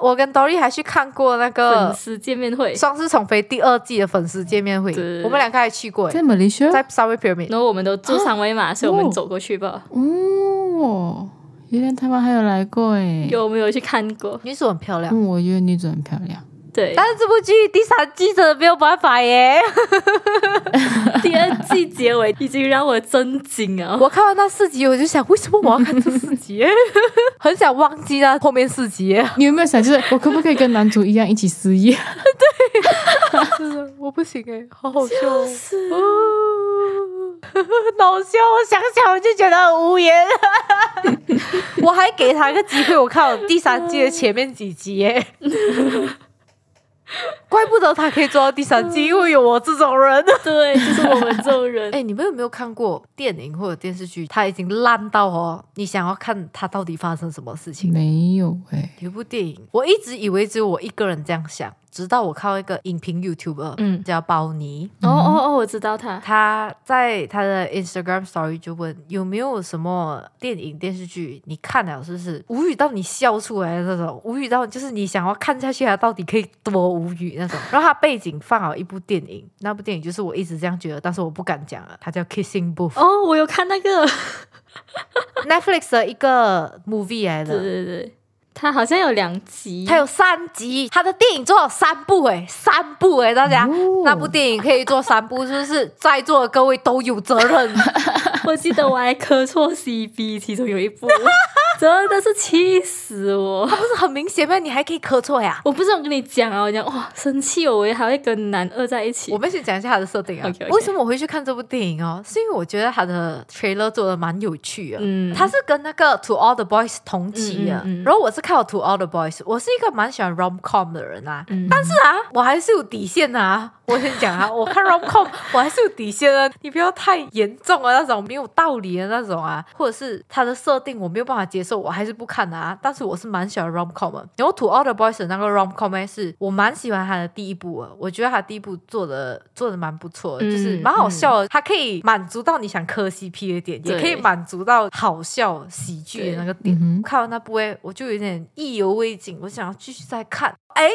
S2: 我跟 Dory 还去看过那
S1: 粉
S2: 个《
S1: 丝见面会，
S2: 双世宠妃》第二季的粉丝见面会
S1: 对，
S2: 我们两个还去过，
S3: 在
S2: 诶
S3: 马来西亚
S2: 在 Subway Pyramid。
S1: 然后我们都住三维嘛，所以我
S3: 哦
S1: 们走过去吧。
S3: 哦，原来他们还有来过诶。
S1: 有没有去看过？
S2: 女主很漂亮，
S3: 嗯，我觉得女主很漂亮。
S1: 对，
S2: 但是这部剧第三季真的没有办法耶。
S1: 第二季结尾已经让我震惊啊！
S2: 我看完那四集，我就想，为什么我要看这四 集？很想忘记那后面四集。
S3: 你有没有想，就是我可不可以跟男主一样一起失业？
S2: 真的，我不行哎，好好笑哦， 恼羞！我想想我就觉得很无言。 我还给他个机会，我看我第三季的前面几集 耶。怪不得他可以做到第三 季，因为有我这种人。
S1: 对，就是我们这种人
S2: 哎、，你们有没有看过电影或者电视剧？它已经烂到哦，你想要看它到底发生什么事情？
S3: 没有诶。
S2: 有一部电影，我一直以为只有我一个人这样想，直到我看到一个影评 YouTuber，
S1: 嗯
S2: 叫包尼，
S1: 哦哦哦，我知道他，
S2: 他在他的 Instagram Story 就问有没有什么电影电视剧你看了是不是无语到你笑出来的那种，无语到就是你想要看下去它到底可以多无语那种。然后他背景放了一部电影，那部电影就是我一直这样觉得，但是我不敢讲了，它叫 Kissing Booth，Netflix、
S1: 哦，我有看那个，
S2: Netflix 的一个 movie 来
S1: 对
S2: 的。
S1: 对对，它好像有两集，
S2: 它有三集，它的电影做了三部哎，三部哎，大家、
S3: 哦
S2: 那部电影可以做三部，是不是？在座的各位都有责 任。
S1: 我记得我还磕错 CB，其中有一部， 真的是气死我！
S2: 不是很明显吗？你还可以磕错呀。
S1: 我不是有跟你讲啊，我讲哇，生气哦，我还会跟男二在一起
S2: 我。们先讲一下它的设定啊。
S1: OK，OK
S2: 为什么我会去看这部电影哦？是因为我觉得它的 trailer 做的蛮有趣的。
S1: 嗯，
S2: 它是跟那个《To All the Boys》同期的，
S1: 嗯嗯嗯
S2: 然后我是看了《To All the Boys》，我是一个蛮喜欢 rom com 的人啊，
S1: 嗯
S2: 但是啊，我还是有底线的啊。我先讲 啊，我看 rom com 我还是有底线的，你不要太严重啊，那种没有道理的那种啊，或者是它的设定我没有办法接受，我还是不看的啊。但是我是蛮喜欢 rom com 的，然后《To All the Boys》的那个 rom com 呢是我蛮喜欢他的第一部的，我觉得他第一部做的做的蛮不错的，就是
S1: 嗯
S2: 蛮好笑的，它可以满足到你想磕 CP 的点，也
S1: 对
S2: 可以满足到好笑喜剧的那个点。
S3: 嗯
S2: 看完那部诶，我就有点意犹未尽，我想要继续再看。哎，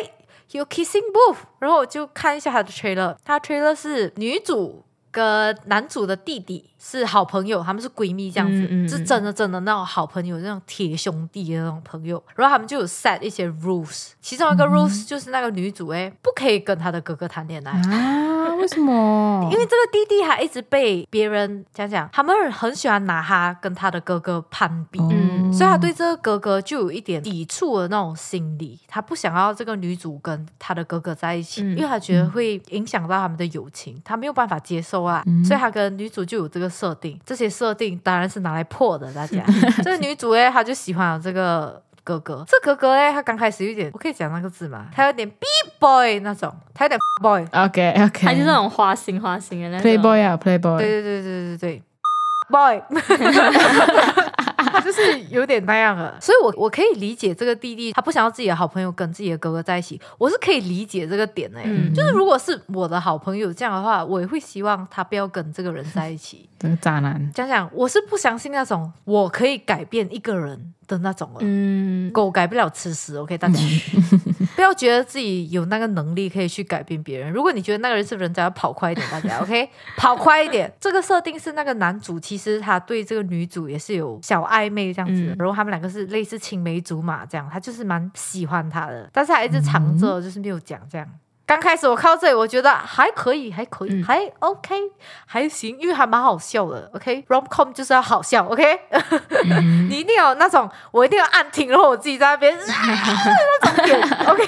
S2: 有 kissing booth，然后我就看一下他的 trailer，他 trailer 是女主。跟男主的弟弟是好朋友，他们是闺蜜这样子，
S1: 嗯嗯嗯
S2: 是真的真的那种好朋友，那种铁兄弟的那种朋友。然后他们就有 set 一些 rules，其中一
S1: 嗯
S2: 个 rules 就是那个女主哎，不可以跟她的哥哥谈恋爱。
S3: 哼啊，为什么？
S2: 因为这个弟弟还一直被别人讲讲，他们很喜欢拿他跟他的哥哥攀
S3: 哦
S2: 比，
S1: 嗯
S2: 所以他对这个哥哥就有一点抵触的那种心理，他不想要这个女主跟他的哥哥在一起，
S1: 嗯
S2: 因为他觉得会影响到他们的友情，他没有办法接受啊，
S1: 嗯
S2: 所以他跟女主就有这个设定，这些设定当然是拿来破的，大 家。这个女主哎，她就喜欢了这个。哥哥，这哥哥哎，他刚开始有点，我可以讲那个字吗？他有点 b boy 那种，他有点 boy，
S3: OK OK，
S1: 它就是那种花心花心的那种
S3: Playboy 啊 Playboy，
S2: 对对对对对对，boy，他就是有点那样啊了。所以我我可以理解这个弟弟，他不想要自己的好朋友跟自己的哥哥在一起，我是可以理解这个点的、
S1: 嗯
S2: 就是如果是我的好朋友这样的话，我也会希望他不要跟这个人在一起。
S3: 这个渣男。
S2: 讲讲，我是不相信那种我可以改变一个人的那种人。
S1: 嗯，
S2: 狗改不了吃屎，OK，大家 不要觉得自己有那个能力可以去改变别人。如果你觉得那个人是人渣，跑快一点，大家 OK，跑快一点。这个设定是那个男主，其实他对这个女主也是有小暧昧这样子，
S1: 嗯
S2: 然后他们两个是类似青梅竹马这样，他就是蛮喜欢她的，但是他一
S1: 嗯
S2: 直藏着，就是没有讲这样。刚开始我看到这里，我觉得还可以，还可以，
S1: 嗯
S2: 还 OK，还行，因为还蛮好笑的。OK，rom、com 就是要好笑，OK，你一定要有那种我一定要按停，然后我自己在那边、啊、那种点，OK。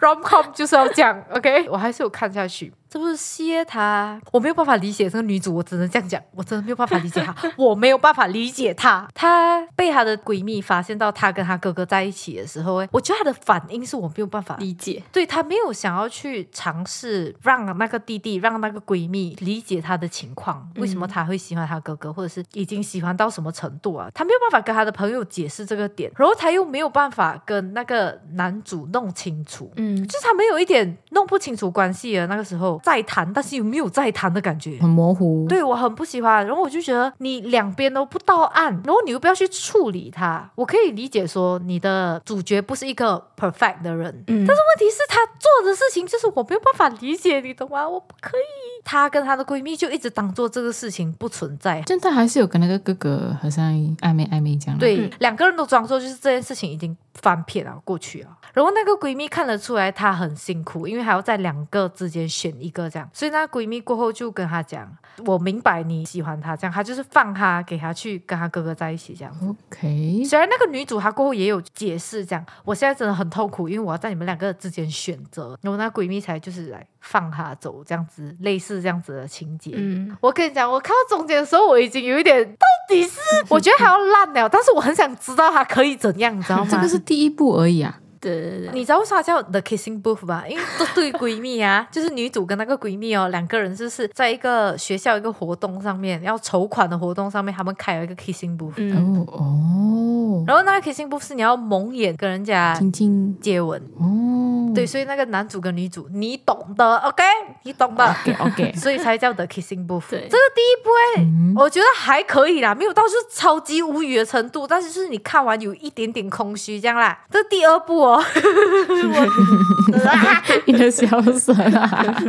S2: rom com 就是要这样，OK，我还是有看下去。这部戏她，我没有办法理解这个女主，我只能这样讲，我真的没有办法理解她，我没有办法理解她。她被她的闺蜜发现到她跟她哥哥在一起的时候，哎，我觉得她的反应是我没有办法
S1: 理解。
S2: 对她没有想要去尝试让那个弟弟、让那个闺蜜理解她的情况，为什么她会喜欢她哥哥，或者是已经喜欢到什么程度啊？她没有办法跟她的朋友解释这个点，然后她又没有办法跟那个男主弄清楚。
S1: 嗯，
S2: 就是他们有一点弄不清楚关系啊的那个时候再谈，但是又没有再谈的感觉。
S3: 很模糊，
S2: 对我很不喜欢，然后我就觉得你两边都不到岸，然后你又不要去处理它。我可以理解说你的主角不是一个 perfect 的人，
S1: 嗯
S2: 但是问题是他做的事情就是我没有办法理解，你懂吗？我不可以。她跟她的闺蜜就一直当做这个事情不存在。
S3: 但他还是有跟那个哥哥好像暧昧暧昧这样。，
S2: 对，
S1: 嗯
S2: 两个人都装作就是这件事情已经翻篇了，过去了。然后那个闺蜜看得出来她很辛苦，因为还要在两个之间选一个这样，所以那闺蜜过后就跟她讲：“我明白你喜欢他，这样她就是放她给她去跟她哥哥在一起这样。”
S3: ，OK，
S2: 虽然那个女主她过后也有解释，这样我现在真的很痛苦，因为我要在你们两个之间选择，然后那闺蜜才就是来放她走这样子，类似这样子的情节。
S1: 嗯，
S2: 我跟你讲，我看到中间的时候，我已经有一点，到底是我觉得还要烂了，但是我很想知道它可以怎样，你知道吗？
S3: 这个是第一部而已啊。
S1: 对对对，
S2: 你知道为啥叫 The Kissing Booth 吧？因为这对闺蜜啊，就是女主跟那个闺蜜哦，两个人就是在一个学校一个活动上面，要筹款的活动上面，他们开了一个 Kissing Booth，、
S1: 嗯，
S3: 哦哦，嗯
S2: 然后那个 Kissing Booth 是你要蒙眼跟人家
S3: 亲亲
S1: 嗯
S2: 接吻，
S3: 哦，
S2: 对，所以那个男主跟女主，你懂的，OK，你懂的。
S3: OK，
S2: 所以才叫 The Kissing Booth。
S1: 啊对嗯
S2: 这个第一部哎、我觉得还可以啦，没有到就是超级无语的程度，但是就是你看完有一点点空虚这样啦。这第二部哦，
S3: 你的笑声啊，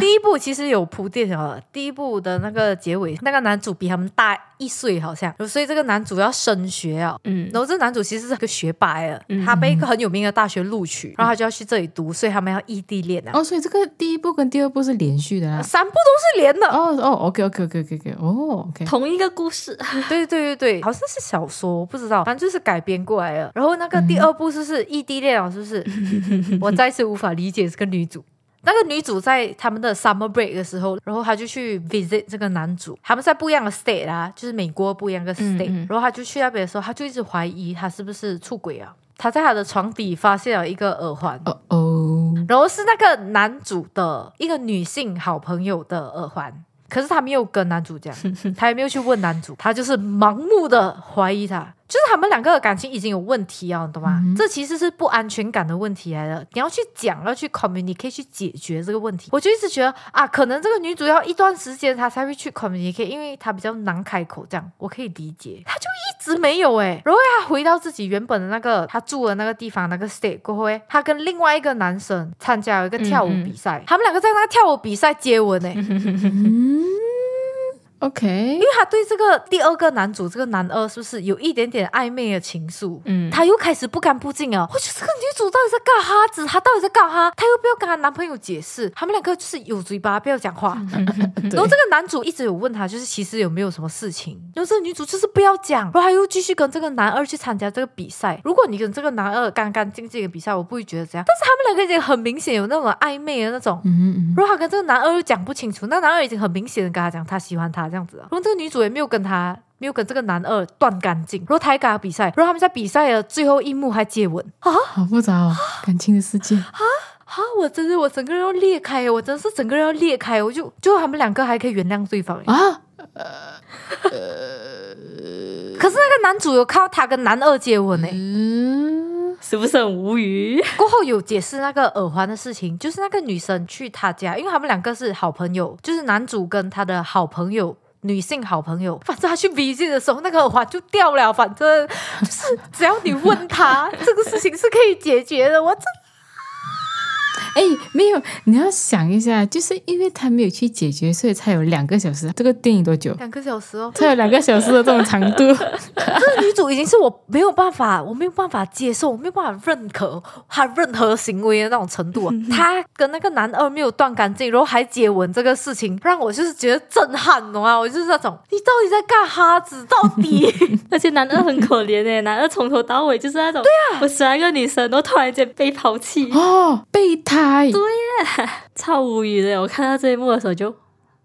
S2: 第一部其实有铺垫了，第一部的那个结尾，那个男主比他们大一岁好像，所以这个男主要升学啊。
S1: 嗯，
S2: 然后这男主其实是个学霸来的，
S1: 嗯
S2: 他被一个很有名的大学录取，然后他就要去这里读，所以他们要异地恋啊，
S3: 哦，所以这个第一部跟第二部是连续的啦。
S2: 三部都是连的，
S3: 哦哦，OK，OK，OK，OK，OK，哦，OK，
S1: 同一个故事，
S2: 对对对对，好像是小说，我不知道，反正就是改编过来了。然后那个第
S1: 嗯
S2: 二部就是异地恋啊，是不是？ 我再次无法理解这个女主。那个女主在他们的 summer break 的时候，然后她就去 visit 这个男主，他们在不一样的 state 啦、就是美国不一样的 state，、
S1: 嗯嗯
S2: 然后她就去那边的时候，她就一直怀疑他是不是出轨啊。她在她的床底发现了一个耳环，
S3: 哦哦，
S2: 然后是那个男主的一个女性好朋友的耳环，可是他没有跟男主讲， 他也没有去问男主，他就是盲目的怀疑他，就是他们两个的感情已经有问题啊，你懂吗？
S1: 嗯
S2: 这其实是不安全感的问题来的，你要去讲，要去 communicate 去解决这个问题。我就一直觉得啊，可能这个女主要一段时间她才会去 communicate，因为她比较难开口，这样我可以理解。她就一直没有哎、然后她回到自己原本的那个她住的那个地方那个 state 过后、欸，她跟另外一个男生参加了一个跳舞
S1: 嗯嗯
S2: 比赛，他们两个在那个跳舞比赛接吻哎、
S3: 嗯，OK，
S2: 因为他对这个第二个男主这个男二是不是有一点点暧昧的情愫？
S1: 嗯
S2: 他又开始不干不净了。我觉得这个女主到底在干哈子？她到底在干哈？她又不要跟她男朋友解释，他们两个就是有嘴巴不要讲话。然
S3: 嗯
S2: 后这个男主一直有问她，就是其实有没有什么事情，然后这个女主就是不要讲，然后她又继续跟这个男二去参加这个比赛。如果你跟这个男二干干净净的比赛，我不会觉得怎样。但是他们两个已经很明显有那种暧昧的那种，
S3: 嗯嗯
S2: 如果他跟这个男二又讲不清楚，那男二已经很明显的跟他讲他喜欢他这样子啊。然后这个女主也没有跟他，没有跟这个男二断干净，然后他还跟他比赛，然后他们在比赛的最后一幕还接吻啊
S3: 嗯，好复杂哦，感情的世界。
S2: 啊！我真的我整个人要裂开，我真的是整个人要裂开，我就就他们两个还可以原谅对方。
S3: 啊，
S2: 可是那个男主有看到他跟男二接吻呢、欸
S3: 嗯，
S1: 是不是很无语？
S2: 过后有解释那个耳环的事情，就是那个女生去他家，因为他们两个是好朋友，就是男主跟他的好朋友。女性好朋友，反正他去 visit 的时候，那个耳环就掉了。反正就是只要你问他，这个事情是可以解决的。我真
S3: 哎，没有，你要想一下，就是因为他没有去解决，所以才有两个小时。这个电影多久？
S2: 两个小时哦，
S3: 才有两个小时的这种长度。
S2: 这个女主已经是我没有办法，我没有办法接受，我没有办法认可她任何行为的那种程度啊。她跟那个男二没有断干净，然后还接吻这个事情，让我就是觉得震撼，懂吗？我就是那种，你到底在干哈子？到底？
S1: 而且男二很可怜哎、男二从头到尾就是那种，对啊，我喜欢一个女生，然后突然间被抛弃，
S3: 哦，备胎。
S1: 超无语的。我看到这一幕的时候就，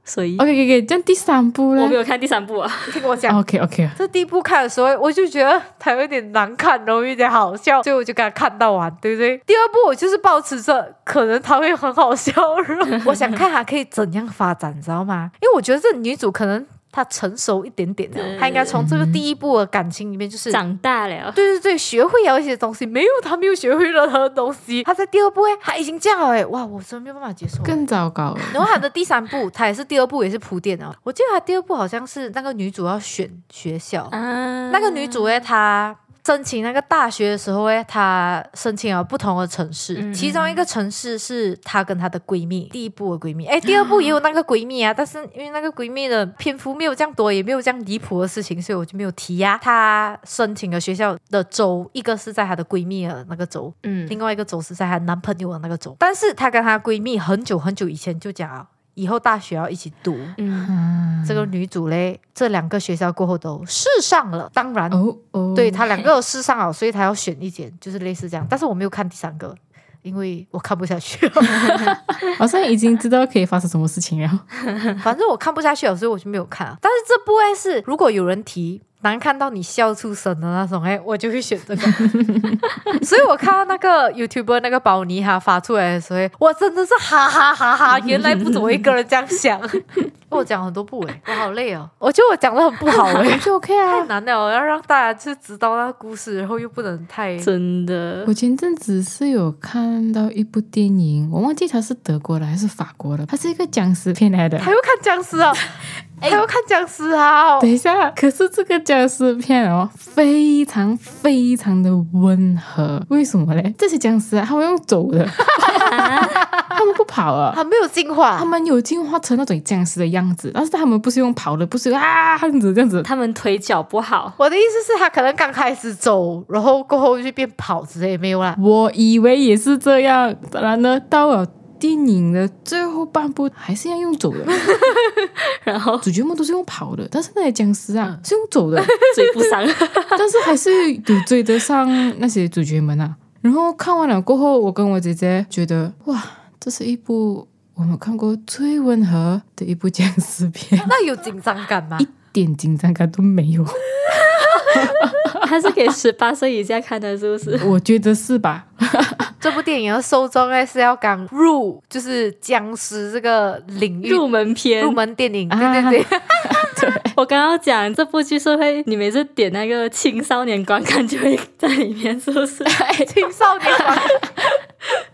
S1: 所以
S3: OK OK，这样第三部
S1: 我没
S3: 呢
S1: 有看第三部啊。
S2: 听我讲。
S3: ？OK OK，
S2: 这第一部看的时候，我就觉得它有点难看，然后有点好笑，所以我就给它看到完，对不对？第二部我就是抱持着可能它会很好笑，然后 我想看它可以怎样发展，你知道吗？因为我觉得这女主可能她成熟一点点了，
S1: 对
S2: 她应该从这个第一部的感情里面就是
S1: 长大了，
S2: 对对对，学会了一些东西，没有她没有学会任何东西。她在第二部哎，她已经这样了哎，哇，我真的没有办法接受。
S3: 更糟糕了。
S2: 然后他的第三部，他也是第二部也是铺垫的。我记得他第二部好像是那个女主要选学校，
S1: 啊，
S2: 那个女主诶，她申请那个大学的时候诶，她申请了不同的城市，
S1: 嗯
S2: 其中一个城市是她跟她的闺蜜，第一部的闺
S1: 嗯
S2: 蜜，哎诶，第二部也有那个闺蜜啊，但是因为那个闺蜜的篇幅没有这样多，也没有这样离谱的事情，所以我就没有提呀、她申请的学校的州，一个是在她的闺蜜的那个州，
S1: 嗯
S2: 另外一个州是在她男朋友的那个州，但是她跟她闺蜜很久很久以前就讲啊以后大学要一起读，
S1: 嗯，
S3: 嗯，
S2: 这个女主嘞，这两个学校过后都试上了，当然，
S3: 哦哦，
S2: 对她两个有试上了，哦所以她要选一间，就是类似这样。但是我没有看第三个，因为我看不下 去了，
S3: 好像已经知道可以发生什么事情了。
S2: 反正我看不下去了，所以我就没有看啊。但是这部位是，如果有人提难看到你笑出声的那种，哎，我就会选 这个。所以我看到那个 YouTuber 那个宝妮哈发出来的时候，哎我真的是哈哈哈哈，原来不怎么一个人这样 想。我讲很多不哎，我好累哦，我觉 得我讲的很不好哎，
S3: 就 OK
S2: 太
S3: 啊。
S2: 难了，我要让大家去知道那个故事，然后又不能太
S1: 真的
S3: 我前阵子是有看到一部电影，我忘记它是德国的还是法国的，它是一个僵尸片来的。
S2: 还要看僵 尸啊，还要看僵尸
S1: 哦
S2: 啊！
S3: 等一下，可是这个僵尸片哦，非常非常的温和，为什么嘞？这些僵尸啊，他们用走 的，他们不跑啊。
S2: 还没有进化
S3: 他，们有进化成那种僵尸的样子，但是他们不是用跑的，不是啊这样子这样子，
S1: 他们腿脚不 好，
S2: 我的意思是，他可能刚开始走，然后过后就变跑之类，没有啦。
S3: 我以为也是这样，然呢，到了电影的最后半部还是要用走的，
S1: 然后嗯
S3: 主角们都是用跑的，但是那些僵尸啊、是用走的，
S1: 追不上。
S3: 但是还是有追得上那些主角们啊。然后看完了过后，我跟我姐姐觉得，哇，这是一部我们看过最温和的一部僵尸 片，
S2: 那有紧张感吗？
S3: 一点紧张感都没有。
S1: 他是给十八岁以下看的，是 不是？
S3: 我觉得是吧？
S2: 这部电影的受众该是要刚入，就是僵尸这个领域
S1: 入门篇，
S2: 入门电影，
S3: 啊
S2: 对对 对，
S1: 我刚刚讲这部剧是会，你每次点那个青少年观看就会在里面，是不是？
S2: 青少年嘛，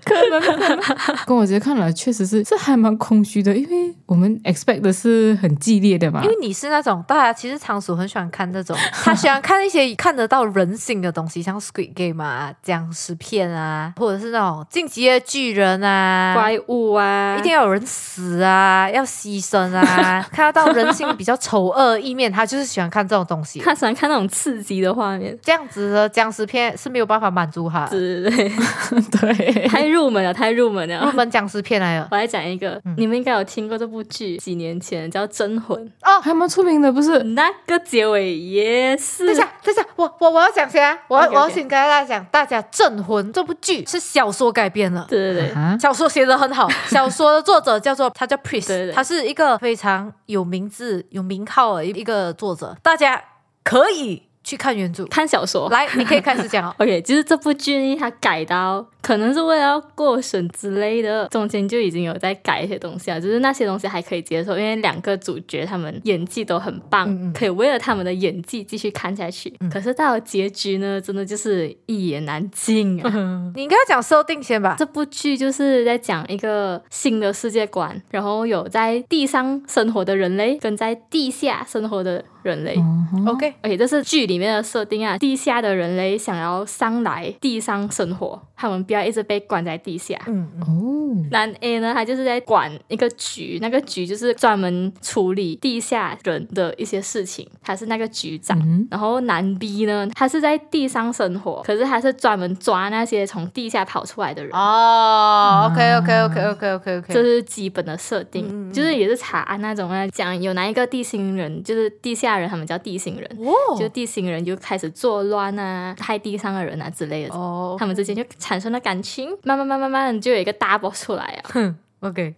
S3: 可能可能跟我姐姐看了，确实是是还蛮空虚的，因为我们 expect 的是很激烈的嘛
S2: 因。为你是那种大家其实场所很喜欢看这 种，他喜欢看一些看得到人性的东西，像 Squid Game 啊、僵尸片啊，或者是那种进击的巨人啊、
S1: 怪物啊，
S2: 一定要有人死啊，要牺牲 啊，看得到人性比较丑恶一面，他就是喜欢看这种东 西。
S1: 他喜欢看那种刺激的画面，
S2: 这样子的僵尸片是没有办法满足他，
S1: 对对对，
S3: 对，
S1: 太入门了，太入门
S2: 入
S1: 了。
S2: 门僵尸片 来了。
S1: 我来讲一个，
S2: 嗯
S1: 你们应该有听过这部剧，几年前叫《镇魂
S3: 还蛮出名的，不是？》，
S1: 那个结尾也是
S2: 等一下，等一下，我我我要讲先啊，我要
S1: OK，OK
S2: 我要先跟大家讲，大家《镇魂》这部剧是小说改编的。
S1: 对 对对，
S3: 啊，
S2: 小说写的很 好，小说的作者叫做他叫 Priest，
S1: 对对
S2: 他是一个非常有名字、有名号的一一个作者，大家可以去看原 著。
S1: 看小说。。
S2: 来，你可以开始讲哦
S1: OK，就是 这部剧呢，它改到可能是为了要过审之类的，中间就已经有在改一些东西啊，就是那些东西还可以接受，因为两个主角他们演技都很棒，
S2: 嗯嗯
S1: 可以为了他们的演技继续看下去。可是到了结局呢，真的就是一言难尽啊。
S2: 你应该讲设定先吧。
S1: 这部剧就是在讲一个新的世界观，然后有在地上生活的人类跟在地下生活的人类。
S3: 嗯哼
S2: OK，
S1: 而且这是剧里面的设定啊，地下的人类想要上来地上生活，他们不要一直被关在地下。
S2: 嗯，嗯
S3: 哦，
S1: 男 A 呢，他就是在管一个局，那个局就是专门处理地下人的一些事情，他是那个局长。
S3: 嗯，
S1: 然后男 B 呢，他是在地上生活，可是他是专门抓那些从地下跑出来的人。
S2: 哦，OK，OK，OK，OK，OK，OK，
S1: 这嗯是基本的设定，
S2: 嗯嗯嗯
S1: 就是也是查案那种啊，讲有哪一个地心人，就是地下人，他们叫地心人，
S2: 哦
S1: 就地心人就开始作乱啊，害地上的人啊之类的，
S2: 哦
S1: 他们之间就产生了感情，慢慢慢慢慢就有一个大 boss 出来啊，
S2: ，OK，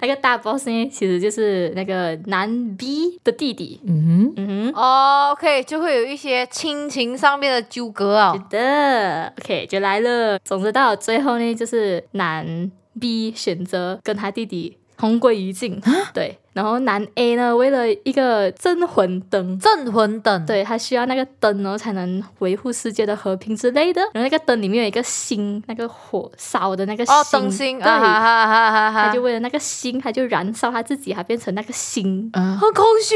S1: 那个大 boss 呢，其实就是那个男 B 的弟弟，
S3: 嗯
S1: 嗯哼。
S2: 哦，OK，就会有一些亲情上面的纠葛啊、
S1: 好的，OK 就来了。总之到了最后呢，就是男 B 选择跟他弟弟同归于尽，
S2: 啊
S1: 对。然后男 A 呢，为了一个镇魂灯，
S2: 镇魂灯，，
S1: 对他需要那个灯，然后才能维护世界的和平之类的。然后那个灯里面有一个心，那个火烧的那个心，
S2: 哦，灯芯
S1: 对。
S2: 啊哈哈哈哈哈，
S1: 他就为了那个心，他就燃烧他自己，他变成那个心。
S3: 啊，
S2: 很空虚，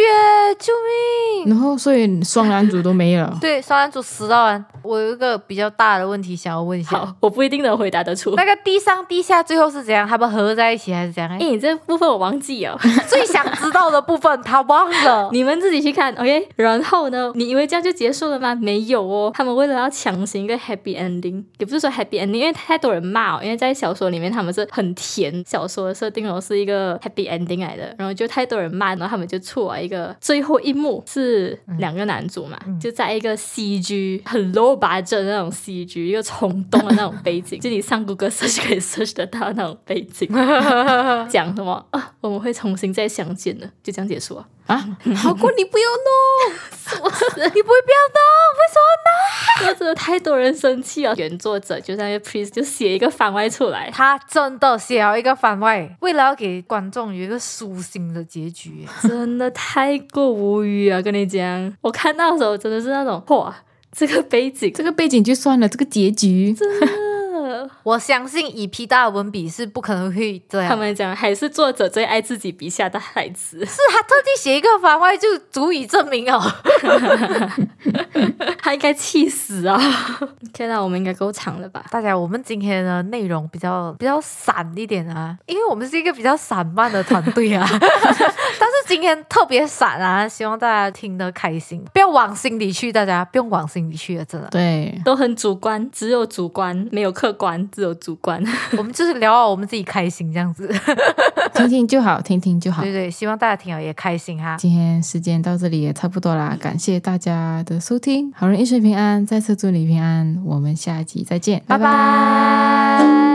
S2: 救命！。
S3: 然后所以双男主都没了
S2: 对，双男主死到完，我有一个比较大的问题想要问一下，
S1: 好，我不一定能回答得出。
S2: 那个地上地下最后是怎样？他们合在一起还是怎样
S1: 哎、？你这部分我忘记了。
S2: 最想知道的部分他忘 了。
S1: 你们自己去看，OK。然后呢，你以为这样就结束了吗？没有哦，他们为了要强行一个 happy ending，也不是说 happy ending，因为太多人骂哦，因为在小说里面他们是很甜，小说的设定哦是一个 happy ending 来的，然后就太多人骂，然后他们就出了一个最后一幕是两个男主嘛，就在一个 CG 很 low budget 的那种 CG，一个冲动的那种背景，就你上谷歌 search 可以 search 得到的那种背景。讲什么啊？我们会重新再相见了，就这样结束啊。
S3: 啊，好过你不要 弄，
S2: 你不会不要动，为什么呢？
S1: 这真的太多人生气了。原作者就在那边 please 就写一个番外出来，
S2: 他真的写了一个番外，为了要给观众有一个舒心的结局。
S1: 真的太过无语啊！跟你讲，我看到的时候真的是那种哇，这个背景
S3: 这个背景就算了，这个结局
S2: 我相信以皮大的文笔是不可能会这样
S1: 他。们讲还是作者最爱自己笔下的孩子，
S2: 是他特地写一个番外就足以证明哦。
S1: 他应该气死 啊！天呐，我们应该够长了吧？
S2: 大家，我们今天的内容比较比较散一点啊，因为我们是一个比较散漫的团队啊， 但是今天特别散啊，希望大家听得开心，不要往心里去，大家不用往心里去了，真的。
S3: 对，
S1: 都很主观，只有主观，没有客观，只有主观。
S2: 我们就是聊好我们自己开心这样子，
S3: 听听就好，听听就好
S2: 对。对，希望大家听了也开心哈。
S3: 今天时间到这里也差不多啦，感谢大家的收听，好人一生平安，再次祝你平安，我们下集再见，拜
S2: 拜拜